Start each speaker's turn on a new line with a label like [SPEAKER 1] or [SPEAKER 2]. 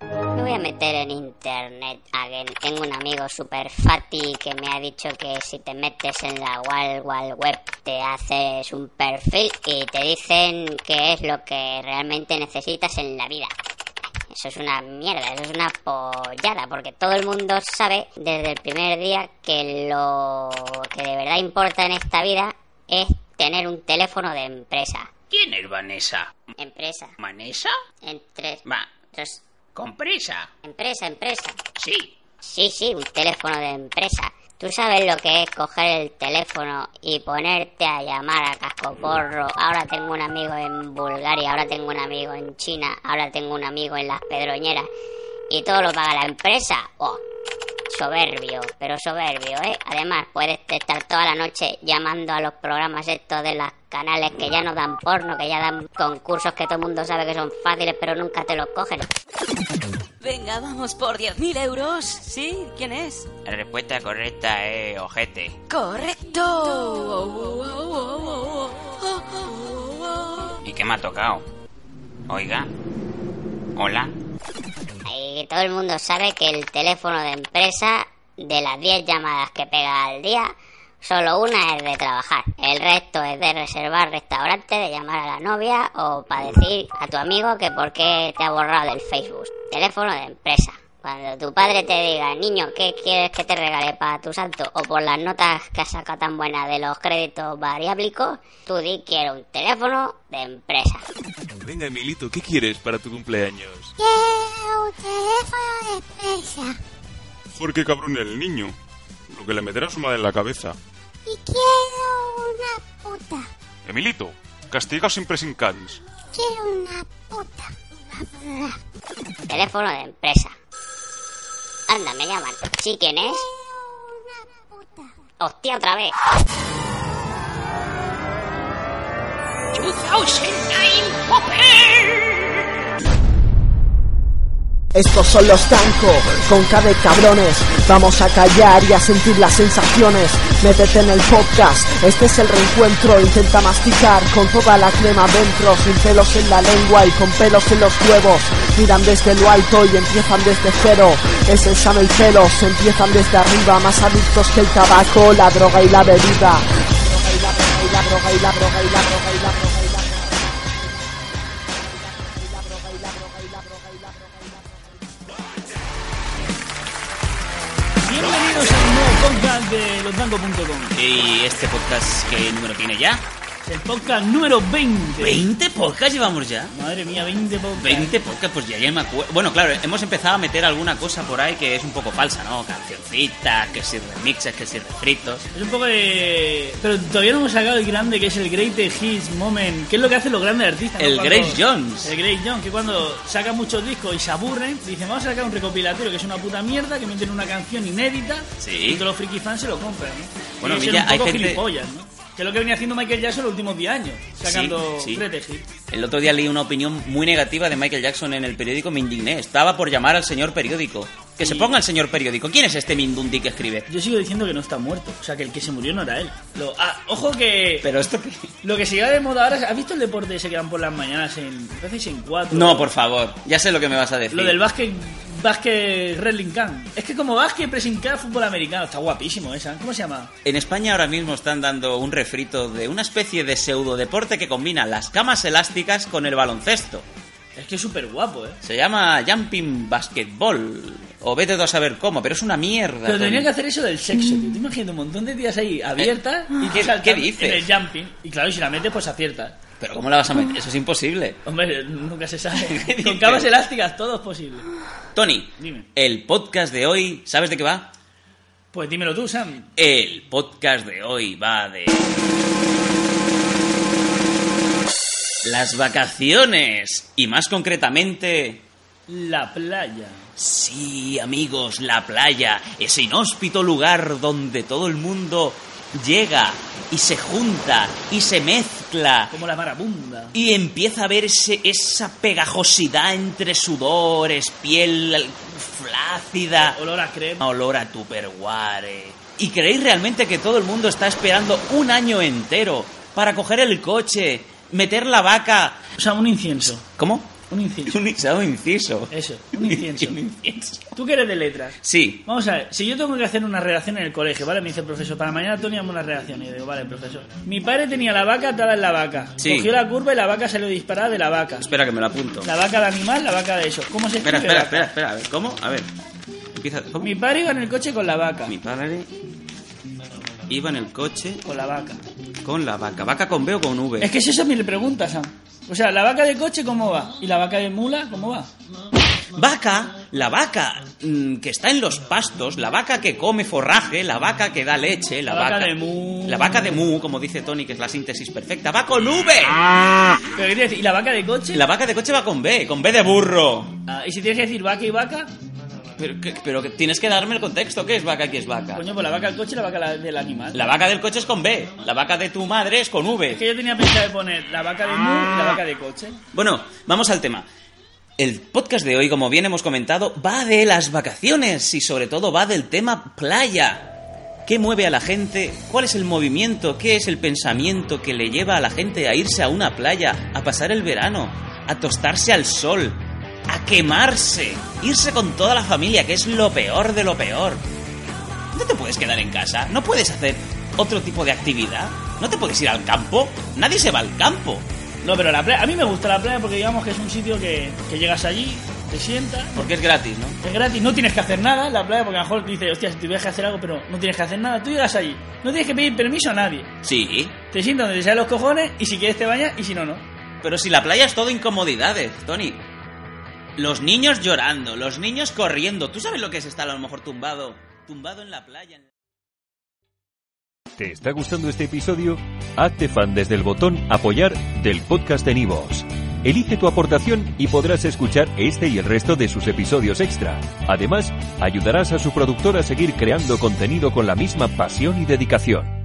[SPEAKER 1] me voy a meter en internet again. Tengo un amigo super fati que me ha dicho que si te metes en la Wild Wild Web te haces un perfil y te dicen que es lo que realmente necesitas en la vida. Eso es una mierda, eso es una pollada, porque todo el mundo sabe desde el primer día que lo que de verdad importa en esta vida es tener un teléfono de empresa.
[SPEAKER 2] ¿Quién es Vanessa?
[SPEAKER 1] Empresa.
[SPEAKER 2] ¿Manesa?
[SPEAKER 1] Entre.
[SPEAKER 2] Va,
[SPEAKER 1] dos-
[SPEAKER 2] compresa.
[SPEAKER 1] Empresa, empresa.
[SPEAKER 2] Sí.
[SPEAKER 1] Sí, sí, un teléfono de empresa. ¿Tú sabes lo que es coger el teléfono y ponerte a llamar a cascoporro? Ahora tengo un amigo en Bulgaria, ahora tengo un amigo en China, ahora tengo un amigo en Las Pedroñeras. Y todo lo paga la empresa. ¡Oh! Soberbio, pero soberbio, ¿eh? Además, puedes estar toda la noche llamando a los programas estos de los canales que ya no dan porno, que ya dan concursos que todo el mundo sabe que son fáciles, pero nunca te los cogen.
[SPEAKER 3] Venga, vamos por 10.000 euros. ¿Sí? ¿Quién es?
[SPEAKER 4] La respuesta correcta es ojete.
[SPEAKER 3] Correcto.
[SPEAKER 4] ¿Y qué me ha tocado? Oiga. Hola.
[SPEAKER 1] Y todo el mundo sabe que el teléfono de empresa, de las 10 llamadas que pega al día, solo una es de trabajar. El resto es de reservar restaurante, de llamar a la novia o para decir a tu amigo que por qué te ha borrado del Facebook. Teléfono de empresa. Cuando tu padre te diga, niño, ¿qué quieres que te regale para tu santo? O por las notas que has sacado tan buenas de los créditos variáblicos, tú di quiero un teléfono de empresa.
[SPEAKER 5] Venga, Emilito, ¿qué quieres para tu cumpleaños?
[SPEAKER 6] Quiero un teléfono de empresa.
[SPEAKER 5] Porque cabrón el niño. Lo que le meterá su madre en la cabeza.
[SPEAKER 6] Y quiero una puta.
[SPEAKER 5] Emilito, castiga siempre sin cans.
[SPEAKER 6] Quiero una puta. Una puta.
[SPEAKER 1] Teléfono de empresa. Anda, me llaman. ¿Sí quién es?
[SPEAKER 6] Quiero una puta.
[SPEAKER 1] Hostia, otra vez.
[SPEAKER 2] 2009 Popper.
[SPEAKER 7] Estos son los Tanco, con K de cabrones. Vamos a callar y a sentir las sensaciones. Métete en el podcast, este es el reencuentro. Intenta masticar con toda la crema dentro, sin pelos en la lengua y con pelos en los huevos. Miran desde lo alto y empiezan desde cero. Es el sano y celos, empiezan desde arriba. Más adictos que el tabaco, la droga y la bebida. La droga y la droga y la droga y la droga y la droga.
[SPEAKER 8] Bienvenidos a un nuevo podcast de losdango.com.
[SPEAKER 2] ¿Y este podcast qué número tiene ya?
[SPEAKER 8] Es El podcast número 20.
[SPEAKER 2] ¿20 podcasts llevamos ya?
[SPEAKER 8] Madre mía, 20 podcasts.
[SPEAKER 2] 20 podcasts, pues ya, ya me acuerdo. Bueno, claro, hemos empezado a meter alguna cosa por ahí que es un poco falsa, ¿no? Cancioncitas, que si remixes, que si refritos.
[SPEAKER 8] Es un poco de... Pero todavía no hemos sacado el grande que es el Great Hits Moment. ¿Qué es lo que hacen los grandes artistas? no?
[SPEAKER 2] El
[SPEAKER 8] Cuando-
[SPEAKER 2] Grace Jones.
[SPEAKER 8] El Grace Jones, que cuando saca muchos discos y se aburren, dicen, vamos a sacar un recopilatorio que es una puta mierda, que meten una canción inédita
[SPEAKER 2] Sí.
[SPEAKER 8] y todos los friki fans se lo compran, ¿no?
[SPEAKER 2] Bueno,
[SPEAKER 8] y ellos
[SPEAKER 2] mira,
[SPEAKER 8] eran un poco
[SPEAKER 2] hay gente-
[SPEAKER 8] gilipollas, ¿no? Que es lo que venía haciendo Michael Jackson los últimos 10 años, sacando
[SPEAKER 2] Sí, sí.
[SPEAKER 8] Great Hits.
[SPEAKER 2] El otro día leí una opinión muy negativa de Michael Jackson en el periódico, me indigné. Estaba por llamar al señor periódico. Que se ponga el señor periódico. ¿Quién es este Mindundi que escribe?
[SPEAKER 8] Yo sigo diciendo que no está muerto, o sea, que el que se murió no era él. Lo- ah, ojo que...
[SPEAKER 2] Pero esto qué?
[SPEAKER 8] Lo que se lleva de moda ahora, ¿has visto el deporte ese que dan por las mañanas en a veces en cuatro?
[SPEAKER 2] No, por favor. Ya sé lo que me vas a decir.
[SPEAKER 8] Lo del básquet, básquet Wrestling Camp. Es que como básquet pressing camp, fútbol americano, está guapísimo esa. ¿Cómo se llama?
[SPEAKER 2] En España ahora mismo están dando un refrito de una especie de pseudodeporte que combina las camas elásticas con el baloncesto.
[SPEAKER 8] Es que es súper guapo, ¿eh?
[SPEAKER 2] Se llama Jumping Basketball. O vete tú a saber cómo, pero es una mierda.
[SPEAKER 8] Pero tenía
[SPEAKER 2] Tony.
[SPEAKER 8] que hacer eso del sexo, tío. Te imaginas un montón de tías ahí abiertas y
[SPEAKER 2] ¿qué-
[SPEAKER 8] tú saltando
[SPEAKER 2] qué dices?
[SPEAKER 8] En el jumping. Y claro, si la metes, pues aciertas.
[SPEAKER 2] Pero ¿cómo la vas a meter? Eso es imposible.
[SPEAKER 8] Hombre, nunca se
[SPEAKER 2] ¿Qué
[SPEAKER 8] sabe.
[SPEAKER 2] dices?
[SPEAKER 8] Con camas elásticas, todo es posible.
[SPEAKER 2] Tony,
[SPEAKER 8] Dime.
[SPEAKER 2] el podcast de hoy, ¿sabes de qué va?
[SPEAKER 8] Pues dímelo tú, Sam.
[SPEAKER 2] El podcast de hoy va de... Las vacaciones. Y más concretamente...
[SPEAKER 8] La playa.
[SPEAKER 2] Sí, amigos, la playa, ese inhóspito lugar donde todo el mundo llega y se junta y se mezcla
[SPEAKER 8] Como la marabunda.
[SPEAKER 2] y empieza a verse esa pegajosidad entre sudores, piel flácida,
[SPEAKER 8] Olor a crema.
[SPEAKER 2] olor a tupperware. ¿Y creéis realmente que todo el mundo está esperando un año entero para coger el coche, meter la vaca?
[SPEAKER 8] O sea, un incienso.
[SPEAKER 2] ¿Cómo?
[SPEAKER 8] Un incienso.
[SPEAKER 2] Un inciso, un inciso.
[SPEAKER 8] Eso, un incienso.
[SPEAKER 2] Un incienso.
[SPEAKER 8] Tú que eres de letras.
[SPEAKER 2] Sí,
[SPEAKER 8] Vamos a ver, si yo tengo que hacer una redacción en el colegio, ¿vale? Me dice el profesor, para mañana teníamos una redacción. Y yo digo, vale, profesor. Mi padre tenía la vaca atada en la vaca.
[SPEAKER 2] Sí.
[SPEAKER 8] Cogió la curva y la vaca se lo disparaba de la vaca.
[SPEAKER 2] espera que me lo apunto.
[SPEAKER 8] La vaca de animal, la vaca de eso. ¿Cómo se
[SPEAKER 2] Espera,
[SPEAKER 8] escribe
[SPEAKER 2] espera, espera,
[SPEAKER 8] vaca?
[SPEAKER 2] espera. A ver, ¿cómo? A ver. Empieza. ¿Cómo?
[SPEAKER 8] Mi padre iba en el coche con la vaca.
[SPEAKER 2] Mi padre iba en el coche
[SPEAKER 8] Con la vaca.
[SPEAKER 2] con la vaca. ¿Vaca con B o con V?
[SPEAKER 8] Es que eso es mi pregunta, Sam. O sea, ¿la vaca de coche cómo va? ¿Y la vaca de mula cómo va?
[SPEAKER 2] Vaca, la vaca mm, que está en los pastos, la vaca que come forraje, la vaca que da leche, la,
[SPEAKER 8] La vaca de mu.
[SPEAKER 2] La vaca de mu, como dice Tony, que es la síntesis perfecta. ¡Va con V!
[SPEAKER 8] Pero ¿qué quieres decir? ¿Y la vaca de coche?
[SPEAKER 2] La vaca de coche va con B, con B de burro.
[SPEAKER 8] Ah, ¿Y si tienes que decir vaca y vaca?
[SPEAKER 2] Pero, que- pero que tienes que darme el contexto. ¿Qué es vaca? ¿Qué es vaca?
[SPEAKER 8] Coño, pues la vaca del coche y la vaca la- del animal.
[SPEAKER 2] La vaca del coche es con B, la vaca de tu madre es con
[SPEAKER 8] Es que
[SPEAKER 2] V.
[SPEAKER 8] yo tenía pensado de poner la vaca de mu y la vaca de coche.
[SPEAKER 2] Bueno, vamos al tema. El podcast de hoy, como bien hemos comentado, va de las vacaciones y sobre todo va del tema playa. ¿Qué mueve a la gente? ¿Cuál es el movimiento? ¿Qué es el pensamiento que le lleva a la gente a irse a una playa, a pasar el verano, a tostarse al sol, a quemarse, irse con toda la familia, que es lo peor de lo peor? No te puedes quedar en casa, no puedes hacer otro tipo de actividad, no te puedes ir al campo, nadie se va al campo.
[SPEAKER 8] No, pero la playa, a mí me gusta la playa porque digamos que es un sitio que, que llegas allí, te sientas,
[SPEAKER 2] Porque es gratis, ¿no?
[SPEAKER 8] es gratis, no tienes que hacer nada en la playa porque a lo mejor dices, hostia, si tuvieras que hacer algo, pero no tienes que hacer nada, tú llegas allí, no tienes que pedir permiso a nadie,
[SPEAKER 2] Sí,
[SPEAKER 8] te sientas donde te salen los cojones y si quieres te bañas y si no, no.
[SPEAKER 2] pero si la playa es todo incomodidades, Tony. Los niños llorando, los niños corriendo. ¿Tú sabes lo que es estar a lo mejor tumbado? Tumbado en la playa.
[SPEAKER 9] ¿Te está gustando este episodio? Hazte fan desde el botón Apoyar del podcast de Nivos. Elige tu aportación y podrás escuchar este y el resto de sus episodios extra. Además, ayudarás a su productor a seguir creando contenido con la misma pasión y dedicación.